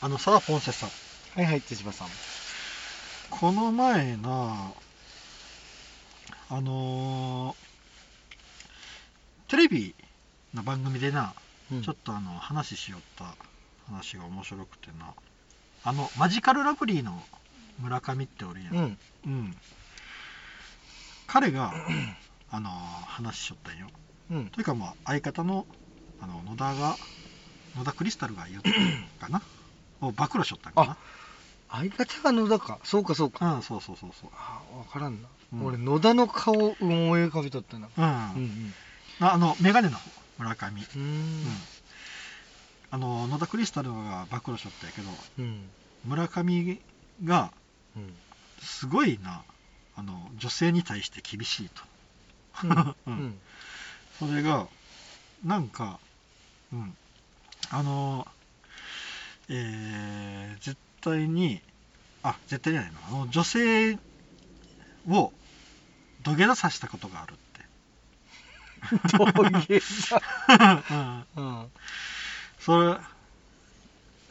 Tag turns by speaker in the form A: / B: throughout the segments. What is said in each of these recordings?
A: あのさ、ポンセさん。
B: はいはい、手島さん。
A: この前な、あのーテレビの番組でな、
B: うん
A: ちょっとあの、話しよった話が面白くてな、あの、マジカルラブリーの村上っておるやん。
B: うん。
A: うん彼が、あのー話しよったんよ。
B: うん。
A: というかまあ相方のあの野田が野田クリスタルが言った かなを暴露しよったんか
B: 相方が野田か。そうかそうか。
A: なうんそうそうそうそう
B: ああ、わからんな。
A: うん
B: 俺、野田の顔を思い浮かべとったな。
A: うん、
B: うん
A: ああの眼鏡の方村上、
B: うん。うーん。
A: あの野田クリスタルが暴露しよったんやけど
B: うん。
A: 村上が
B: うん。
A: すごいなあの女性に対して厳しいと、
B: う
A: うん
B: ん。
A: それがなんかうんあのえー、絶対にあ絶対じゃないなあの女性を土下座させたことがある
B: 陶芸だ。
A: って、 うん、
B: うん。
A: それ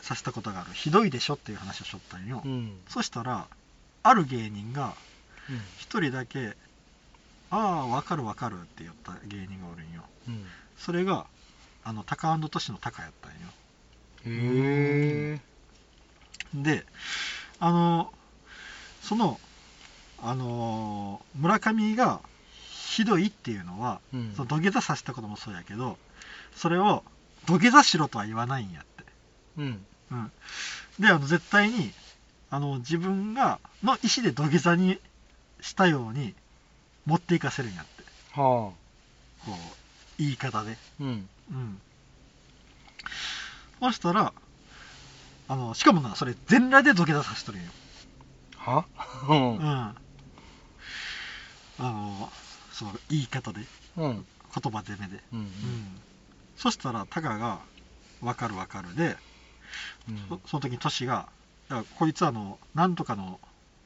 A: させたことがあるひどいでしょっていう話をしとったんよ、
B: うん。
A: そしたらある芸人が
B: うん
A: 一人だけ「ああわかるわかる」って言った芸人がおるんよ
B: うん。
A: それがあのタカトシのタカやったんよ
B: へえ。
A: であのそのあの村上がひどいっていうのは、
B: うん
A: その土下座させたこともそうやけどそれを土下座しろとは言わないんやって
B: うん。
A: であの絶対にあの自分がの意思で土下座にしたように持っていかせるんやって
B: は
A: こう言い方で
B: あ。うん。
A: うんそしたらあのしかもなそれ全裸で土下座させとるんよ
B: は
A: うんあのその言い方で
B: うん。うん。
A: 言葉攻めで、
B: うん。
A: そしたらタカが「分かる分かるで」
B: うん
A: そその時にトシが「いやこいつあのなんとかの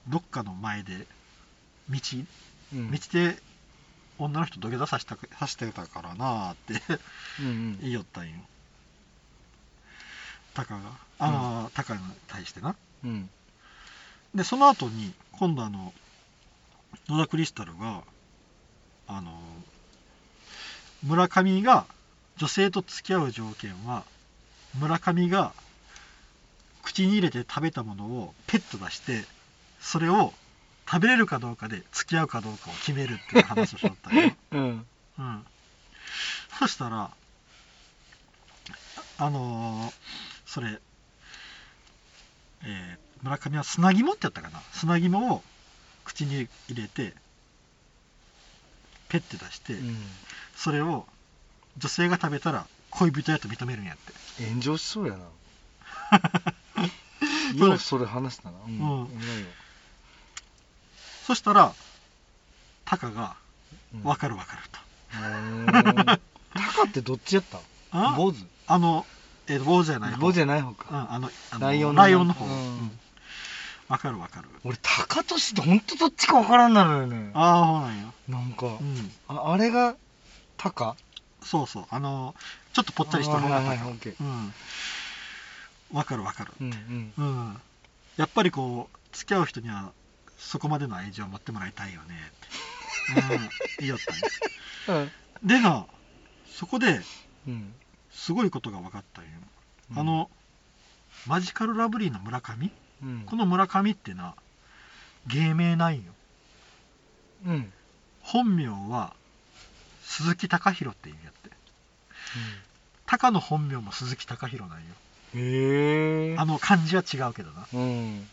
A: どっかの前で道
B: うん
A: 道で女の人土下座させたさしてたからな」って
B: うんうん
A: 言いよったんよタカがあの、タカに対してな
B: うん
A: でその後に今度あの野田クリスタルがあの村上が女性と付き合う条件は村上が口に入れて食べたものをペット出してそれを食べれるかどうかで付き合うかどうかを決めるっていう話をしとったんよ、
B: うん
A: うん、そしたらああのーそれ、えー村上は砂肝ってやったかな砂肝を口に入れてペッて出して、それを女性が食べたら恋人やと認めるんやって
B: 炎上しそうやな
A: そう
B: ようそれ話したなうん
A: う
B: 偉
A: ん
B: いよ
A: そしたらタカが
B: うん
A: 「わかるわかると」
B: へータカってどっちやった
A: あ
B: 坊主
A: あの、えー、坊主じゃない
B: 坊主じ
A: ゃ
B: ゃない方
A: うん、
B: か
A: あのあの
B: ライオンの
A: ライオンの方
B: う
A: うんんわ、かるわかる
B: 俺タカとしてほんとどっちかわからんなのよね
A: ああほらんよ
B: なんか
A: うん
B: ああれがタカ
A: そうそう、あの、ちょっとぽっちゃりした
B: あ
A: の
B: ー
A: が、
B: はいはいオッケー
A: うん。わかるわかる。
B: うんうん
A: うん。やっぱりこう、付き合う人には、そこまでの愛情を持ってもらいたいよねって。うん。いいよったね。でな、そこで、
B: うん
A: すごいことが分かったんよ。あの、マジカルラブリーの村上、
B: うん
A: この村上ってな、芸名ないんよ。
B: うんうん
A: 本名は、鈴木貴弘って意味やって。高の本名も鈴木貴弘なんよ。
B: へえ
A: あの漢字は違うけどな。
B: うん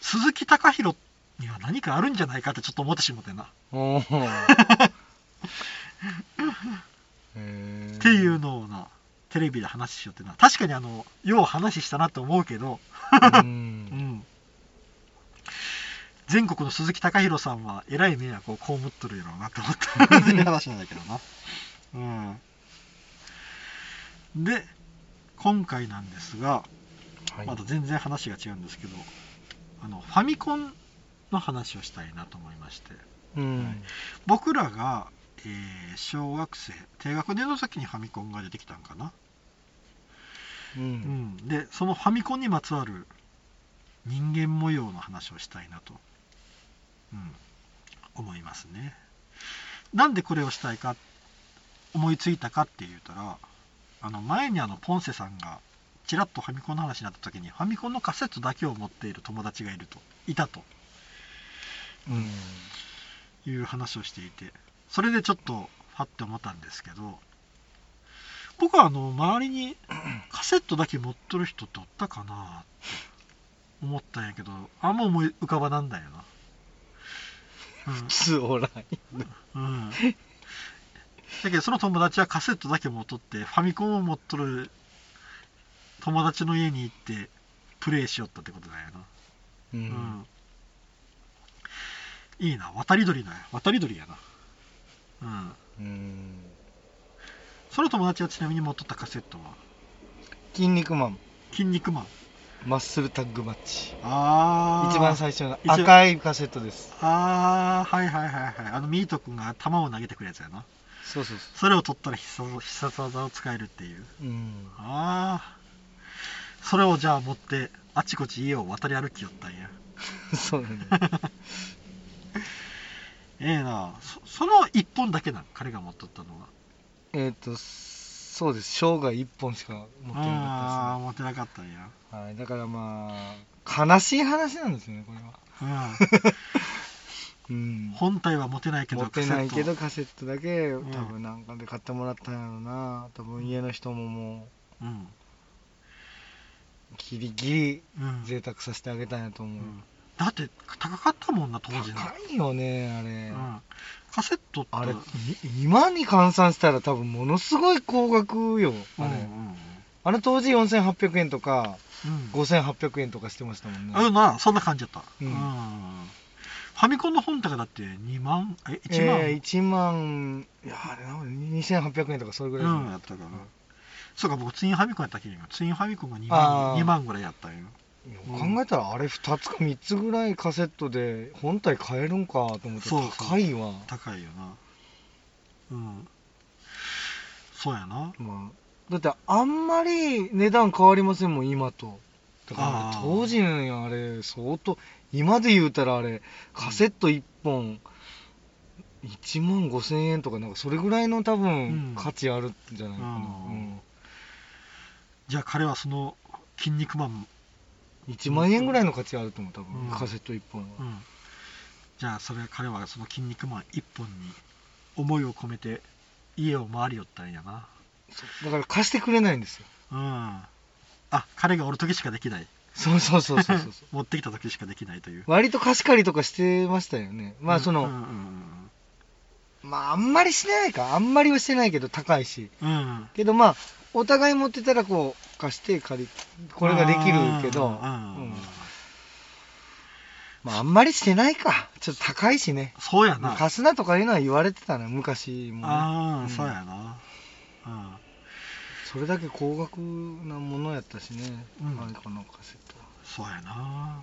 A: 鈴木貴弘には何かあるんじゃないかってちょっと思ってしもてな、
B: おー へー
A: っていうのをなテレビで話しようってな確かにあのよう話したなと思うけど、
B: う
A: うんん、全国の鈴木貴弘さんはえらい迷惑を被っとるやろうなと思ったっていう話なんだけどな、うん、で今回なんですが
B: はい
A: まだ全然話が違うんですけどあのファミコンの話をしたいなと思いまして
B: うん
A: 僕らが、えー小学生低学年の時にファミコンが出てきたんかな
B: う。
A: うんん、でそのファミコンにまつわる人間模様の話をしたいなと、うん、思いますね。なんでこれをしたいか思いついたかって言うたらあの前にあのポンセさんがちらっとファミコンの話になった時にファミコンのカセットだけを持っている友達がいるといたと
B: うん。
A: いう話をしていてそれでちょっとはって思ったんですけど僕はあの周りにカセットだけ持っとる人っておったかなって思ったんやけどあんま思い浮かばなんだよ
B: つおらい。
A: なうんうんだけどその友達はカセットだけ持っとってファミコンを持っとる友達の家に行ってプレイしよったってことだよな
B: う。
A: うんんいいな渡り鳥な渡り鳥やなうん
B: うん。
A: その友達はちなみに持っとったカセットは
B: 筋肉マン、
A: 「筋肉マン
B: マッスルタッグマッチ。」
A: あ
B: 一番最初の
A: 一番
B: 赤いカセットです。
A: ああはいはいはいはいあのミート君が球を投げてくるやつやな
B: そうそうそ
A: それを取ったら必殺必殺技を使えるっていう
B: う。うん。
A: ああそれをじゃあ持ってあちこち家を渡り歩きよったんや
B: そうだね。
A: ええなそその一本だけなん彼が持っとったのは
B: えっと、そうです。生涯一本しか持ってな
A: ああー
B: か
A: 持ってなかったんや
B: ったですね。はい。だからまあ、悲しい話なんですよね、これは。
A: う
B: うん
A: ん 本体は持てないけど
B: 持ってないけど
A: カセッ
B: カセットだけ多
A: ん
B: 分なんかで買ってもらったんやろうな多分家の人もも
A: トうん
B: うギリギ
A: うん
B: リ贅沢させてあげたんやと思う、
A: うんだって高かったもんな当時の
B: 高いよねあれ、
A: うんカセットって
B: あれい今に換算したら多分ものすごい高額よあ
A: うん
B: れ、
A: うん
B: あれ当時4800円とか
A: うん
B: 5800円とかしてましたもんね、
A: うん、うんなそんな感じだった、
B: うん
A: うんファミコンの本体がだって2万え1万、
B: えー、1万いやあれな2800円とかそれぐらい
A: うん
B: だ
A: や
B: っ
A: ったたから、そうか僕ツインファミコンやったっけどツインファミコンが2
B: あ
A: 万
B: ー
A: ,2 万ぐらいやったんよ
B: いや
A: うん
B: 考えたらあれ2つか3つぐらいカセットで本体買えるんかと思って
A: そうそう
B: 高いわ
A: 高いよなうんそうやな
B: まあ、だってあんまり値段変わりませんもん今とだから
A: あー
B: ね当時のあれ相当今で言うたらあれカセット1本1万5千円とかなんかそれぐらいの多
A: う
B: 分
A: ん
B: 価値あるんじゃないかな、
A: うん
B: うん
A: じゃあ彼はその「筋肉マン
B: 1万円ぐらいの価値あると思う多分、
A: うん
B: カセット1本は」、
A: うんじゃあそれ彼はその「筋肉マン」1本に思いを込めて家を回りよったんやな
B: そうだから貸してくれないんですよ
A: うんあ彼がおる時しかできない
B: そうそうそうそうそう
A: 持ってきた時しかできないという
B: 割と貸し借りとかしてましたよねまあその、
A: うんうん
B: まああんまりしてないかあんまりはしてないけど高いし
A: うんうんうん
B: けどまあお互い持ってたらこう貸して借りこれができるけど
A: うんうんうん
B: うんまああんまりしてないかちょっと高いしね
A: そうやな
B: 貸すなとかいうのは言われてたね昔もね
A: ああ、
B: うん
A: そうやなうん
B: それだけ高額なものやったしね、
A: うん
B: あれこのカセットは
A: そうやな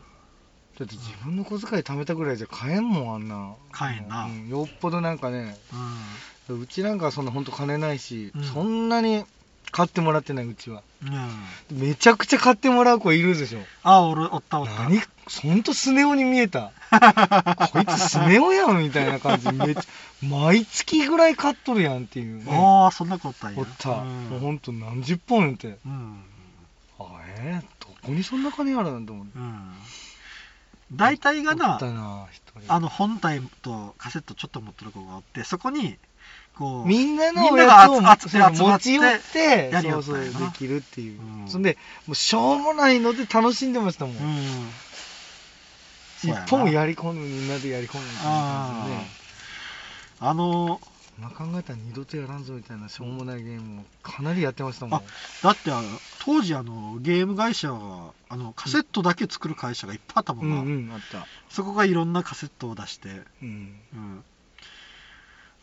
B: だって自分の小遣い貯めたぐらいじゃ買えんもんあんな
A: 買えんな
B: うんよっぽどなんかね
A: う
B: うちなんかはそんなほんと金ないし、
A: うん
B: そんなに買ってもらってないうちは
A: ん、うん、
B: めちゃくちゃ買ってもらう子いるでしょ
A: あおるおったおった
B: 何ほんとスネ夫に見えたこいつスネ夫やんみたいな感じめっちゃ毎月ぐらい買っとるやんっていうね
A: ああそんな子おったんや
B: おった、
A: う
B: もうんほんと何十本やんって
A: うん
B: あえーどこにそんな金あるなんて思って
A: うん大体が
B: おっ
A: な
B: たな一人
A: あの本体とカセットちょっと持ってる子がおってそこにこう
B: みんなの
A: みん
B: お
A: なが
B: やつ
A: 集
B: を
A: まって
B: そう
A: 集まっ
B: 持
A: て
B: ち寄って
A: やりよった
B: そ
A: ん
B: う
A: や
B: そ
A: な
B: うできるっていう、
A: うん
B: そんでもうしょうもないので楽しんでましたもん、
A: うんそう
B: 一
A: やな
B: 本やり込むみんなでやり込むみたいな感
A: あ
B: じでね
A: ああの
B: まあ考えたら二度とやらんぞみたいなしょうもないゲームをかなりやってましたもん
A: あだってあの当時あのゲーム会社があのカセットだけ作る会社がいっぱいあったも
B: うん
A: な、
B: んうんあった
A: そこがいろんなカセットを出して、
B: うん
A: うん、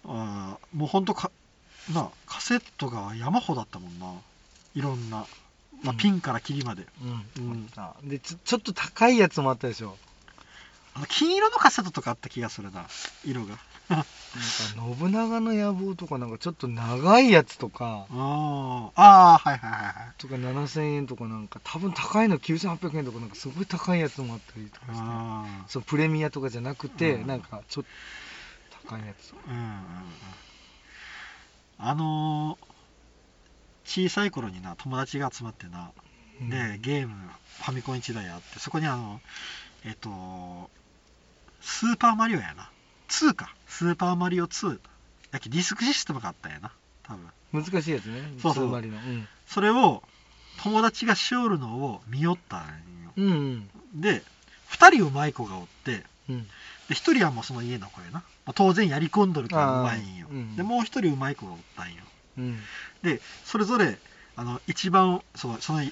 A: あーもうほんとかなカセットが山ほどあったもんないろんな、まあ
B: うん
A: ピンからキリまで
B: うん、
A: うん
B: あったでちょちょっと高いやつもあったでしょ
A: あの金色のカセットとかあった気がするな色が
B: なんか信長の野望とかなんかちょっと長いやつとか
A: あーあーはいはいはいはい
B: とか7000円とかなんか多分高いの9800円とかなんかすごい高いやつもあったりとかして
A: あ
B: そのプレミアとかじゃなくて
A: うん
B: なんかちょっと高いやつとか
A: ーうんうんうんあのー小さい頃にな友達が集まってな
B: うん
A: でゲームファミコン1台あってそこにあのえっとスーパーマリオやな2かスーパーマリオ2やけディスクシステムがあったんやな多分
B: 難しいやつね
A: そうそう
B: つまりのうん
A: それを友達がしおるのを見よったんよ
B: うんうん
A: で2人うまい子がおって
B: うん
A: で1人はもうその家の子やな、まあ当然やり込んどるからうまいんよ、
B: あーうん
A: でもう1人うまい子がおったんよ
B: うん
A: でそれぞれあの一番そのその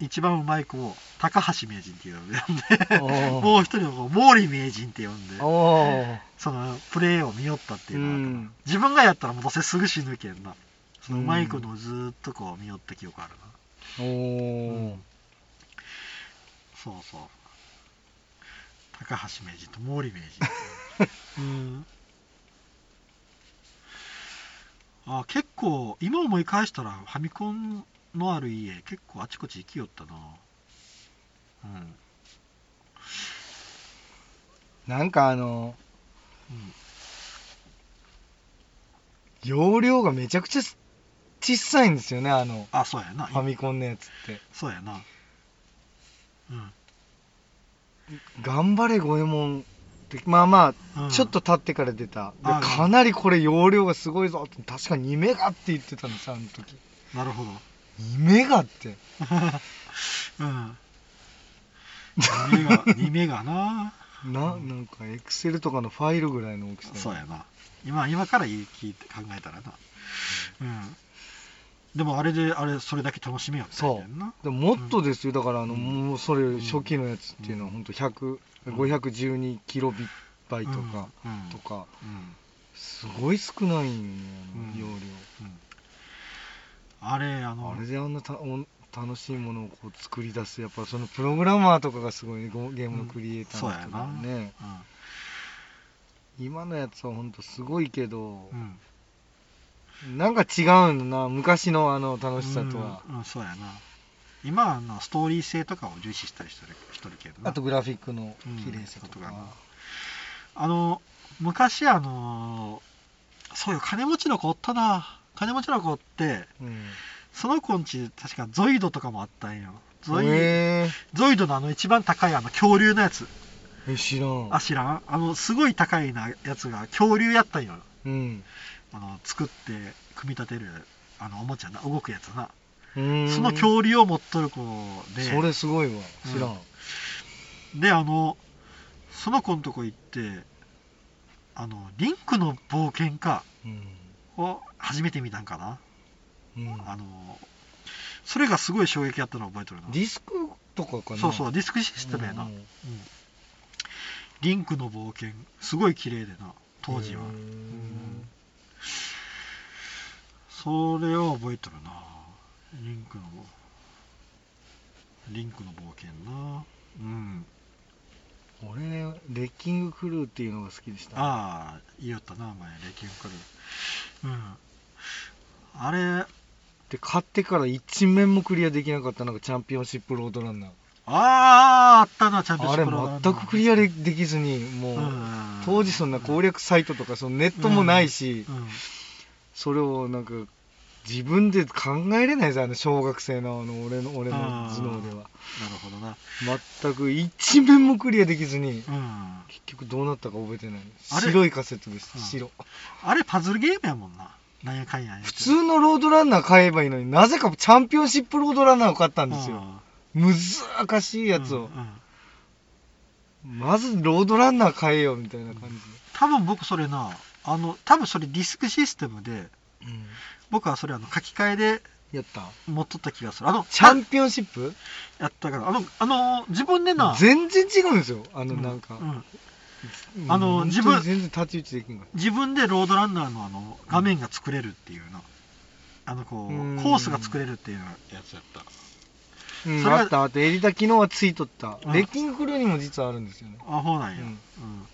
A: 一番うまい子を高橋名人って呼んで
B: お ー
A: もう一人の子毛利名人って呼んで
B: おー
A: そのプレーを見よったっていうのがあったな
B: うん
A: 自分がやったらもうどうせすぐ死ぬけんなその
B: うん
A: うまい子のをずーっとこう見よった記憶あるな
B: おー
A: そうそう高橋名人と毛利名 人うんあ結構今思い返したらファミコンのある家結構あちこち行きよったなうんうん
B: なんかあの容量がめちゃくちゃ小さいんですよねあの
A: あそうやな
B: ファミコンのやつって
A: そうやなうん
B: 「頑張れ五右衛門」ってまあまあ
A: うん
B: ちょっと経ってから出た、で
A: あ
B: かなりこれ容量がすごいぞって確か2メガって言ってたんですあの時
A: なるほ ど
B: 2メガって
A: うん2メガ2メガな
B: ななんかエクセルとかのファイルぐらいの大きさ
A: そうやな今今から言い聞いて考えたらなうんでもあれであれそれだけ楽しみよったんやんな
B: でももっとですよだからあの、
A: うん
B: もうそれ初期のやつっていうのは本当百512キロビッバイトか、
A: うん
B: とか
A: うん
B: すごい少な
A: う
B: いんよ、
A: ん
B: 容
A: うんあれあ
B: 量、
A: の
B: あれであんなたお楽しいものをこう作り出すやっぱそのプログラマーとかがすごいねゴゲームのクリエイターの人だもんね、今のやつは本当すごいけど
A: う、んうん
B: なんか違うんだな昔のあの楽しさとは、
A: うんうんそうやな今はあのストーリー性とかを重視したりしてるしとるけどな
B: あとグラフィックの
A: うん
B: 綺麗さと
A: と
B: か、
A: かなあの昔あのそういう金持ちの子おったな金持ちの子って
B: うん
A: その子んち確かゾイドとかもあったんよゾイ,、
B: え
A: ゾイドのあの一番高いあの恐竜のやつ
B: ー、え知らん
A: あ知らんあのすごい高いなやつが恐竜やったんよ
B: うん
A: あの作って組み立てるあのおもちゃな動くやつな
B: うーん
A: その恐竜を持っとる子で
B: それすごいわ知らん、
A: であのその子んとこ行ってあのリンクの冒険家
B: うん
A: を初めて見たんかな、
B: うん
A: あのそれがすごい衝撃やったのを覚えてるな
B: ディスクとかかな
A: そうそう
B: う
A: ディスクシステムやな、
B: ん
A: リンクの冒険すごい綺麗でな当時は
B: へー
A: うんそれを覚えてるなリンクのリンクの冒険なうん
B: 俺ねレッキングクルーっていうのが好きでした
A: ああ言いよったな前レキュンカルうんあれ
B: で買ってから一面もクリアできなかったなんかチャンピオンシップロードランナー
A: あーあったなチャンピオン
B: あ
A: シ
B: れ
A: ップロードランナー
B: 全くクリアできずにもう、
A: うん
B: 当時そんな攻略サイトとかそのネットもないし、
A: うん
B: それをなんか自分で考えれないぞあの小学生のあの俺の俺の頭脳では
A: なるほどな
B: 全く一面もクリアできずに
A: うん
B: 結局どうなったか覚えてない
A: あれ
B: 白いカセットです、
A: うん
B: 白
A: あれパズルゲームやもんななんやかんや言うて
B: 普通のロードランナー買えばいいのになぜかチャンピオンシップロードランナーを買ったんですよ難しいやつ
A: うんう
B: を
A: ん、
B: まずロードランナー買えよみたいな感
A: 多分僕それなあの多分それディスクシステムで
B: じ、うん
A: 僕はそれあの書き換えで
B: やった
A: 持っとった気がするあの
B: チャンピオンシップ
A: やったからあのあの自分でな
B: 全然違うんですよあの
A: うん
B: なんか、
A: うん
B: うん
A: あの
B: 本当に
A: 自分
B: 全然太刀打ちできんか
A: 自分でロードランナーのあの画面が作れるっていうなあのこう
B: うん
A: コースが作れるっていうやつやった
B: ら、うん
A: それが
B: あったあったエリタ機能はついとった
A: うん
B: レッキングクルーにも実はあるんですよね
A: あほうなんや、
B: う
A: うんん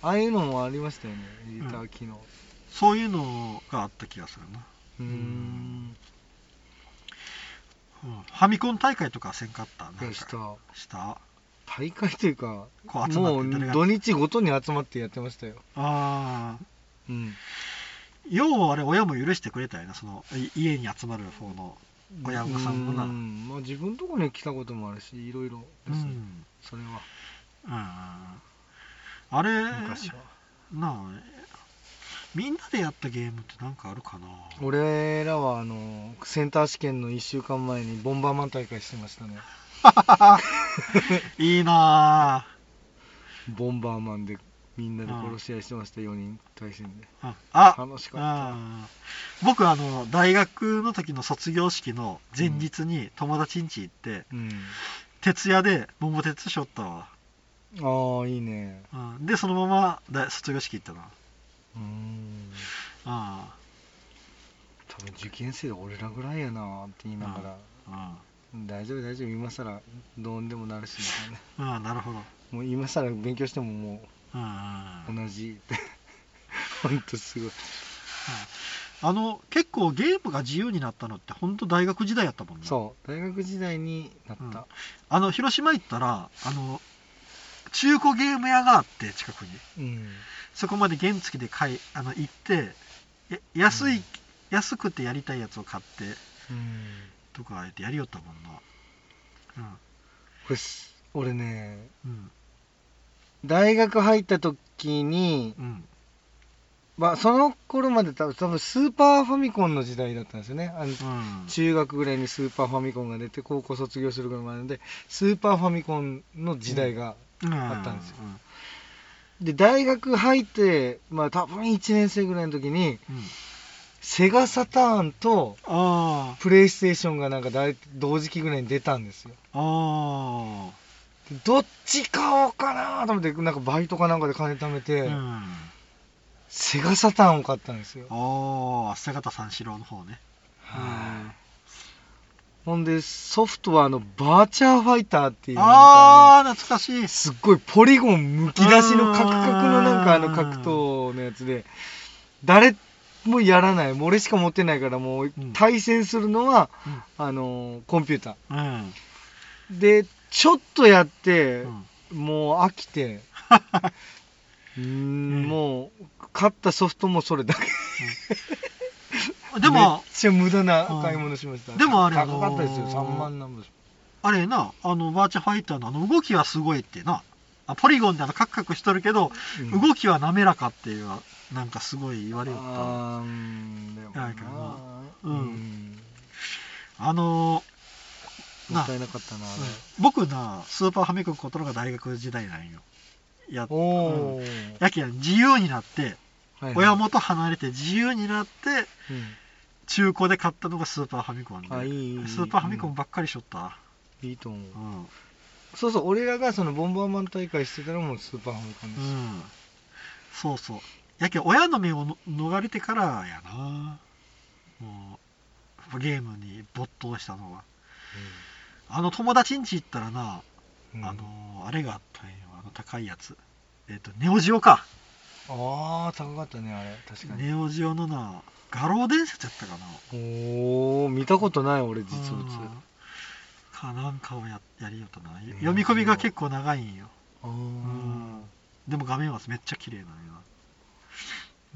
B: ああいうのもありましたよねエリター機能、
A: そういうのがあった気がするな、
B: うーん
A: うん、ファミコン大会とかせんかったなんか
B: でした
A: した
B: 大会というか
A: こう集ま
B: も
A: っ
B: う
A: て誰が
B: 土日ごとに集まってやってましたよ、
A: ああ
B: うん、
A: ようあれ親も許してくれたよなそのい家に集まる方の親御さんもな
B: うまあ、自分のとこに来たこともあるしいろいろ
A: う
B: ですね、
A: ん、
B: それは
A: うん、あれ
B: 昔は、
A: なあみんなでやったゲームってなんかあるかな
B: 俺らはあのセンター試験の1週間前にボンバーマン大会して ましたね
A: いいなあ
B: ボンバーマンでみんなで殺し合いしてました4人対戦で
A: ああ
B: 楽しかっ
A: あー僕あの大学の時の卒業式の前日に友達ん家行って、
B: たうん
A: 徹夜で桃鉄しょったわ、
B: ああいいね
A: うん、でそのまま大卒業式行ったな
B: うーん
A: あ
B: 多分受験生で俺らぐらいやなって言いながら、
A: あ
B: 大丈夫大丈夫今更どうにでもなるしみたいな
A: うん、うん、なるほど
B: もう今更勉強してもも
A: うんうんう
B: うん同じほんとすごい
A: あの結構ゲームが自由になったのって本当大学時代やったもんね
B: そう大学時代になった、
A: うんあの広島行ったらあの中古ゲーム屋があって近くに
B: うん、
A: そこまで原付で買いあの行ってや安い、
B: うん
A: 安くてやりたいやつを買って
B: うん、
A: とかやってやりよったもんな
B: これす俺ね
A: うんうん
B: 大学入った時に、
A: うん
B: まあ、その頃まで多分多分スーパーファミコンの時代だったんですよねあ
A: う
B: の
A: ん
B: 中学ぐらいにスーパーファミコンが出て高校卒業するぐらいまででスーパーファミコンの時代が、あったんですよで大学入ってまあ多分1年生ぐらいの時に
A: うんうん
B: セガサターンと
A: あ
B: プレイステーションがなんか大同時期ぐらいに出たんですよ
A: ああ
B: でどっち買おうかなと思ってなんかバイトかなんかで金貯めて、
A: あうん
B: セガサターンを買ったんですよ
A: ああ姿三四郎の方ね
B: はいほんでソフトはあのバーチャーファイターっていうのが
A: ああ懐かしい
B: すっごいポリゴンむき出しのカクカクのなんかあの
A: うん
B: 格闘のやつで誰もやらないもう俺しか持ってないからもう
A: うん
B: 対戦するのは、あのーコンピュータ
A: うんうん
B: ーでちょっとやって
A: う、ん
B: もう飽きてうーんもう買ったソフトもそれだけ
A: で
B: めっ
A: も
B: ちゃ無駄な買い物しました、
A: うんでもあれ
B: 高かったですよ
A: あのー
B: 3万何本
A: あれなあのバーチャファイターのあの動きはすごいってなあポリゴンであのカクカクしとるけど、
B: うん
A: 動きは滑らかっていうのはなんかすごい言われよったあ
B: あーうんでも
A: なんかなう
B: うんん
A: のー
B: も
A: な
B: ったいなかったなあれ
A: 僕なスーパーファミコンコントローラーが大学時代なんよやっ
B: おお、
A: やけん自由になって
B: はいはい
A: 親、元離れて自由になって
B: う
A: 中古で買ったのがスーパーファミコンで
B: あいいいい
A: スーパーファミコンばっかりしょった、
B: ん、いいと思う
A: うん
B: そうそう俺らがそのボンバーマン大会してたらもうスーパーファミコンで
A: う
B: す、
A: んそうそうやけん親の目をの逃れてからやなもうゲームに没頭したのはあの友達ん家行ったらな、
B: うん
A: あのあれがあったんよあの高いやつえっ、とネオジオか
B: あー高かったねあれ確かに、
A: ネオジオのな画廊伝説やったかな
B: おお見たことない俺実
A: う
B: 物
A: んかなんかをややりよったな
B: ネオジオ
A: 読み込みが結構長いんよ、
B: あ
A: うん
B: ー
A: でも画面はめっちゃ綺麗なんよ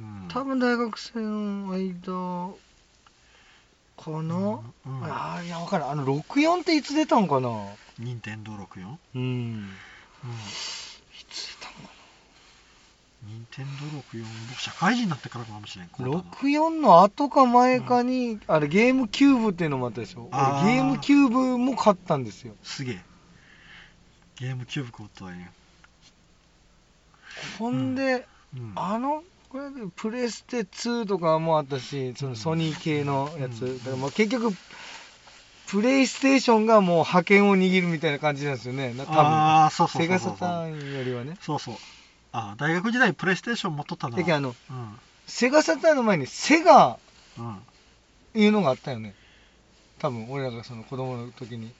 A: な、うん、
B: 多分大学生の間かな、
A: うんうん
B: あーいや分からんあの64っていつ出たんかな
A: 任天堂64うん
B: うんいつ出たの
A: 任天堂64僕社会人になってからかもしれんこうだな
B: 64の後か前かに、あれゲームキューブっていうのもあったでしょ
A: あー
B: 俺ゲームキューブも買ったんですよ
A: すげえゲームキューブ買ったわね
B: ほんで、
A: うん
B: あのこれでプレステ2とかもあったしそのソニー系のやつ、
A: うん
B: だからまあ結局プレイステーションがもう覇権を握るみたいな感じなんですよねな多分
A: ああそうそう
B: セ
A: そう
B: ガ
A: そ
B: サ
A: う
B: ターンよりはね
A: そうそうあー大学時代プレイステーション持っとったな
B: だけどあの
A: うん
B: セガサターンの前にセガ
A: うん
B: いうのがあったよね多分俺らがその子供の時に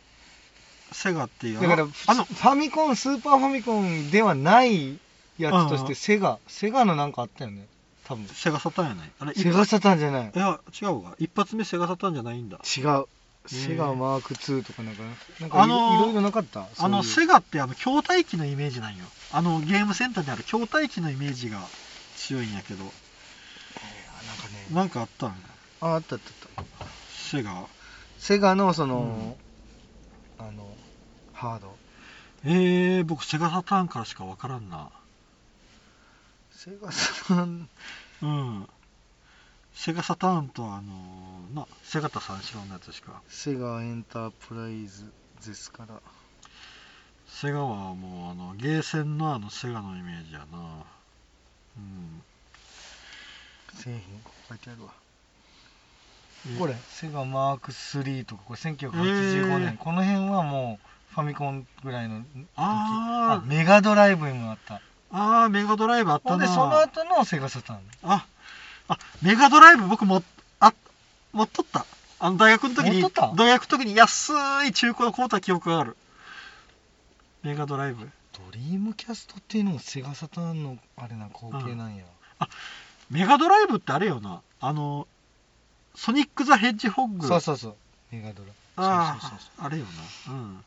A: セガっていうあ
B: だ
A: の
B: から
A: あの
B: ファミコンスーパーファミコンではないやつと
A: うん
B: し
A: うん
B: てセガセガのなんかあったよね多分
A: セガサタンやないあれ
B: セガサタンじゃない
A: いや違うわ一発目セガサタンじゃないんだ
B: 違うセガマーク2とかなんかなんか
A: あ
B: いろ
A: のー
B: いろいろなかった
A: あの
B: そう
A: セ
B: い
A: ガってあの筐体機のイメージなんよあのゲームセンターにある筐体機のイメージが強いんやけど
B: うあなんかね
A: なんかあったん
B: ああったあったあった
A: セガ
B: セガのその、あのハード
A: えー、僕セガサターンからしか分からんな
B: セガさん
A: うんセガサターンとあのーなセガタ三四郎のやつしか
B: セガエンタープライズですから
A: セガはもうあのゲーセンのあのセガのイメージやなうん
B: 製品書いてあるわ
A: え
B: これセガマーク3とかこれ1985年、
A: えー
B: この辺はもうファミコンぐらいの時
A: あー
B: メガドライブにもあった
A: あーメガドライブあった
B: ほん
A: な
B: でその後のセガサターン
A: ああメガドライブ僕もあ持っとったあの大学の時に
B: 持っとった
A: 大学の時に安い中古の買うた記憶があるメガドライブ
B: ドリームキャストっていうのもセガサターンのあれな光景なんや、
A: メガドライブってあれよなあのソニック・ザ・ヘッジホッグ
B: そうそうそうメガドラ
A: あ
B: そうそうそうそう
A: ああれよなうん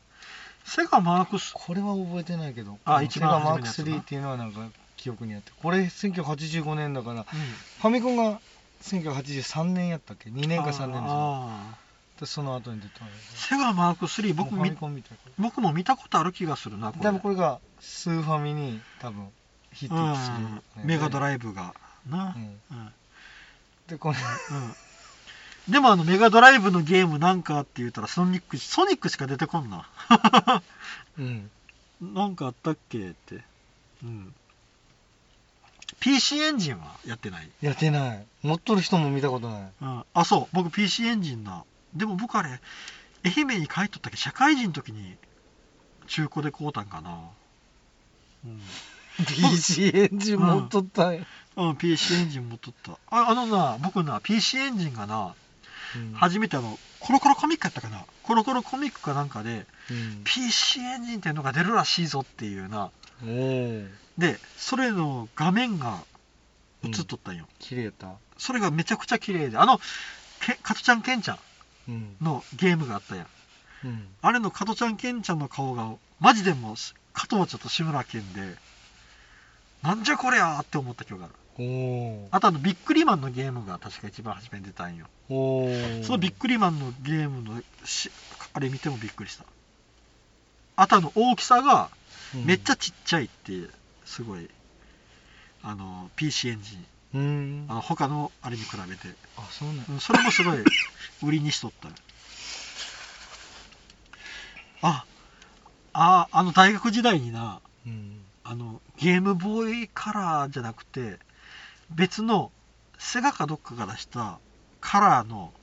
A: セガマークス
B: これは覚えてないけど
A: あ
B: この
A: 一
B: セ
A: 番
B: ガマーク
A: 初めのやつな
B: 3っていうのはなんか記憶にあってこれ1985年だからファミコンが1983年やったっけ2年か3年でしょ
A: あ
B: でその後に出たんや
A: ーセガマーク3僕
B: もうファ
A: み
B: ミコンみたい
A: 僕も見たことある気がするな
B: な
A: これ
B: 多分これがスーファミに多分ヒットする
A: う
B: よ
A: ん
B: ね、
A: メガド
B: イ
A: ライブがな、
B: うん
A: うん
B: でこれ
A: うんでもあのメガドライブのゲームなんかって言ったらソニックソニックしか出てこんな
B: うん
A: なんかあったっけってうん PC エンジンはやってない、
B: やってない持っとる人も見たこと ない
A: うん、あそう僕 PC エンジンなでも僕あれ愛媛に帰っとったっけ社会人の時に中古で買うたんかなうん
B: PC エンジン持っとったんや、
A: うん、PC エンジン持っとったああのな僕な PC エンジンがな
B: うん
A: 初めてあのコロコロコミックやったかなコロコロコミックかなんかで
B: うん
A: PC エンジンっていうのが出るらしいぞっていうな
B: おー
A: でそれの画面が映っとったんよ、
B: 綺麗やった
A: それがめちゃくちゃ綺麗であのけ加トちゃんケンちゃ
B: うん
A: んのゲームがあったやん
B: うん
A: あれの加トちゃんケンちゃんの顔がマジでもう加藤ちゃんと志村けんでなんじゃこりゃーって思った記憶がある
B: おー
A: あとあのビックリマンのゲームが確か一番初めに出たんよ
B: おー
A: そのビックリマンのゲームのしあれ見てもびっくりしたあとあの大きさが
B: うん
A: めっちゃちっちゃいってすごいあの PC エンジン
B: うん
A: あの他のあれに比べて
B: あそうなん
A: うんそれもすごい売りにしとったあああの大学時代にな
B: うん
A: あのゲームボーイカラーじゃなくて別のセガかどっかが出したカラーの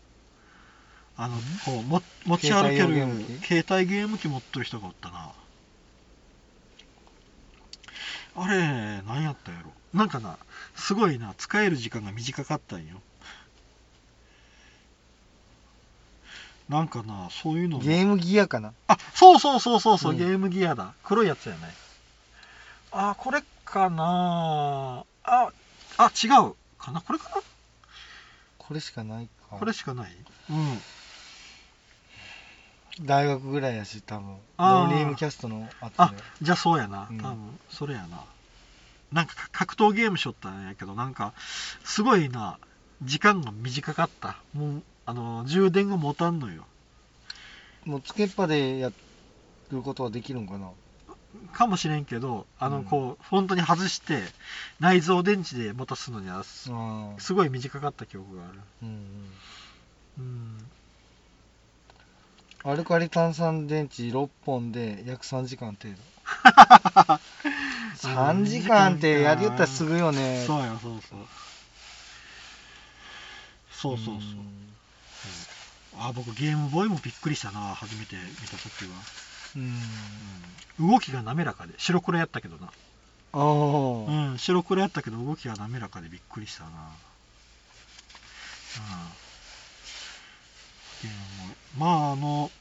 A: あのこうも持ち歩ける
B: 携帯用ゲーム機
A: 携帯ゲーム機持ってる人がおったなあれ何やったんやろなんかなすごいな使える時間が短かったんよなんかなそういうのも
B: ゲームギアかな
A: あそうそうそうそうそう、
B: うん
A: ゲームギアだ黒いやつやねあこれかなああ違うかなこれかな
B: これしかないか
A: これしかないうん
B: 大学ぐらいやし多分
A: あー
B: ドリームキャストの後
A: あ
B: で
A: じゃあそうやな多
B: うん
A: 分それやななんか格闘ゲームしよったんやけどなんかすごいな時間が短かったもうあの充電が持たんのよ
B: もうつけっぱでやることはできるんかな
A: かもしれんけどあ
B: う
A: の
B: ん
A: こう本当に外して内蔵電池で持たすのにはす
B: あー
A: すごい短かった記憶がある
B: うんうん
A: うん
B: アルカリ炭酸電池6本で約3時間 程度3時間ってやりよったらすぐよね
A: そうやそうそうそうそうそう、
B: ん
A: あ僕ゲームボーイもびっくりしたな初めて見た時は、
B: うん
A: うん、動きが滑らかで白黒やったけどな
B: あー
A: うん白黒やったけど動きが滑らかでびっくりしたなうんゲームボーイまああの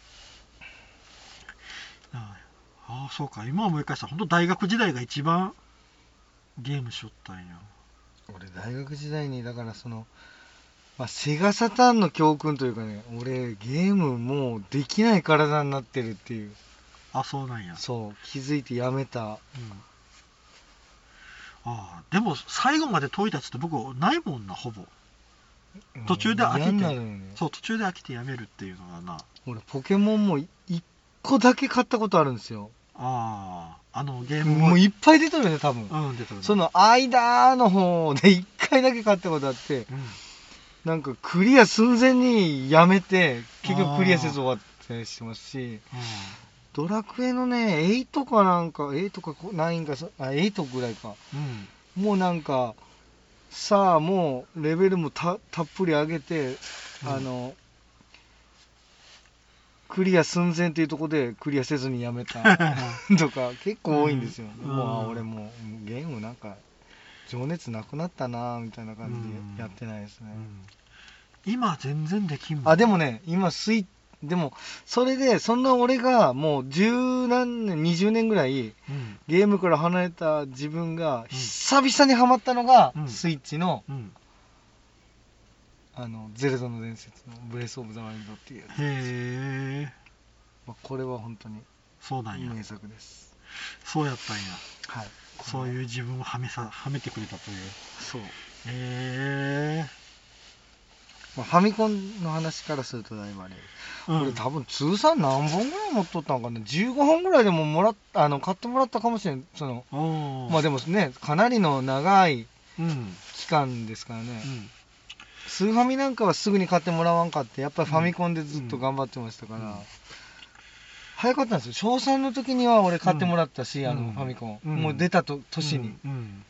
A: ああそうか今思い返したら本当大学時代が一番ゲームしよったんや
B: 俺大学時代にだからその、まあ、セガサターンの教訓というかね俺ゲームもうできない体になってるっていう
A: あそうなんや
B: そう気づいてやめた
A: うんああでも最後まで解いたやつって僕ないもんなほぼ途中で飽きて
B: 嫌になるよね
A: そう途中で飽きてやめるっていうのがな
B: 俺ポケモンも1個だけ買ったことあるんですよ
A: あああのゲーム
B: もう
A: い
B: いっぱい出てるよね多分
A: うん出てる
B: そ、の間の方で1回だけ買ったことあって
A: うん、
B: なんかクリア寸前にやめて結局クリアせず終わったりしてますしドラクエのね8かなんか8か9かそあ8ぐらいか
A: うん
B: もうなんかさあもうレベルもたたっぷり上げて、
A: うん
B: あのクリア寸前っていうところでクリアせずにや めたとか結構多いんですよ、
A: うん
B: もうあ
A: うん
B: 俺もうゲームなんか情熱なくなったなみたいな感
A: うん
B: じでやってないです
A: う
B: ね、
A: ん今全然できんもん
B: あでもね今スイッでもそれでそんな俺がもう十何年20年ぐらい
A: うん
B: ゲームから離れた自分が
A: うん
B: 久々にハマったのが、
A: うん
B: スイッチの、
A: うん
B: あの「ゼルダの伝説」の「ブレス・オブ・ザ・ワイルド」っていう、
A: へえ
B: まあ、これは本当に
A: そうなんや
B: 名作です、
A: そうやったんや
B: はい
A: そういう自分をはめさはめてくれたという
B: そう、
A: へえ
B: まあ、ファミコンの話からするとだいぶあれ、
A: うん
B: 俺多分通算何本ぐらい持っとったのかな15本ぐらいでももらっあの買ってもらったかもしれんその
A: おー
B: まあでもねかなりの長い
A: うんう
B: 期間ですからね、
A: ん
B: スーファミなんかはすぐに買ってもらわんかってやっぱりファミコンでずっと頑張ってましたから、
A: うんうん
B: 早かったんですよ小3の時には俺買ってもらったし、
A: うん
B: あのファミコン、
A: うん
B: もう出たと年に、
A: うんうん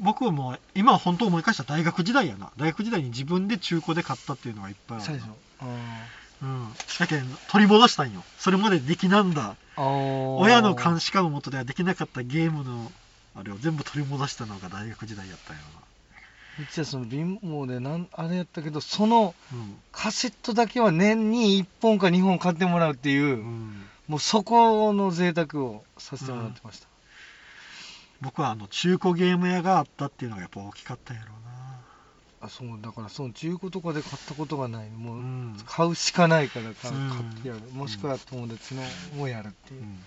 A: 僕も今本当思い返したら大学時代やな大学時代に自分で中古で買ったっていうのがいっぱいある
B: そう
A: な
B: でしょあ
A: うんだけど取り戻したんよそれまでできなんだ
B: ーあ
A: 親の監
B: 視
A: 視下のもとではできなかったゲームのあれを全部取り戻したのが大学時代やったんや
B: うちはその貧乏でなんあれやったけどその
A: な
B: カセットだけは年に1本か2本買ってもらうっていう、
A: うん、うん、
B: もうそこの贅沢をさせてもらってました、
A: 僕はあの中古ゲーム屋があったっていうのがやっぱ大きかったんやろ
B: あそうだからその中古とかで買ったことがないも
A: う
B: う、
A: なうん、
B: 買うしかないから買う
A: うん
B: 買ってやる、もしくは友達のもやるっていうう、
A: ん、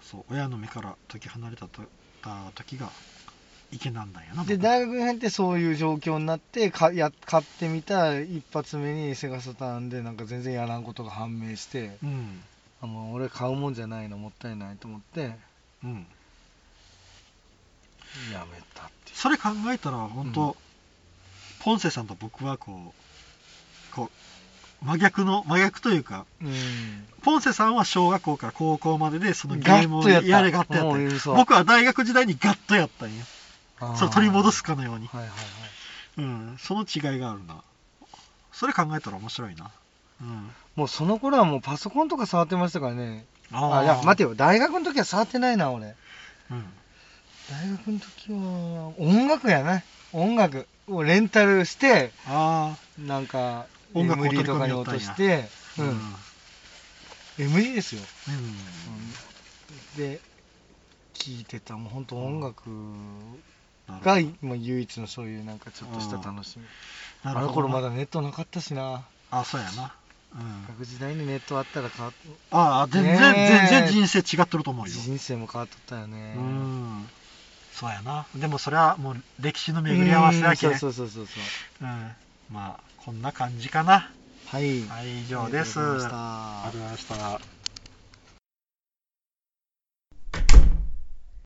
A: そう親の目から解き離れたとた時が池なんだんやな
B: で
A: 僕
B: 大学に入ってそういう状況になってかや買ってみた一発目にセガサターンでなんか全然やらんことが判明して
A: うん
B: あもう俺買うもんじゃないのもったいないと思って
A: うん
B: やめたってい
A: それ考えたら本当、
B: うん
A: ポンセさんと僕はこうこう真逆の真逆というか
B: う、
A: ポンセさんは小学校から高校まででそのゲ
B: ガ
A: ーム
B: ッ
A: を
B: とやった
A: やれガッとやったん
B: も
A: や
B: う嘘
A: 僕は大学時代にガッとやったんや
B: あー
A: それ取り戻すかのように、
B: はいはいはい
A: うん、その違いがあるなそれ考えたら面白いな、うん、
B: もうその頃はもうパソコンとか触ってましたからねあ
A: ー
B: いや待てよ大学の時は触ってないな俺
A: うん、
B: 大学の時は音楽やな音楽をレンタルして
A: あ
B: なんか
A: 音楽を
B: MD
A: 取り
B: と
A: 込
B: か
A: みよ
B: に
A: っ
B: 落
A: たんや
B: として、
A: あ
B: うん MD ですよ、
A: う
B: で聴いてたもう本当音楽
A: ん
B: がもう唯一のそういうなんかちょっとした楽しみ、
A: な
B: あ
A: る
B: の
A: ほど
B: 頃
A: な
B: まだネットなかったしな
A: あそうやな、うん、
B: 学時代にネットあったら変わっ
A: ああ全然、
B: ねえ
A: 全然人生違ってると思うよ
B: 人生も変わっとったよね
A: うんそうやなでもそれはもう歴史の巡り合わせだけ
B: うん
A: ね
B: そうそうそうそ
A: う
B: う
A: んまあこんな感じかな
B: はい、
A: はい以上です
B: ありがとうございまし
A: あ
B: た
A: りがとうございました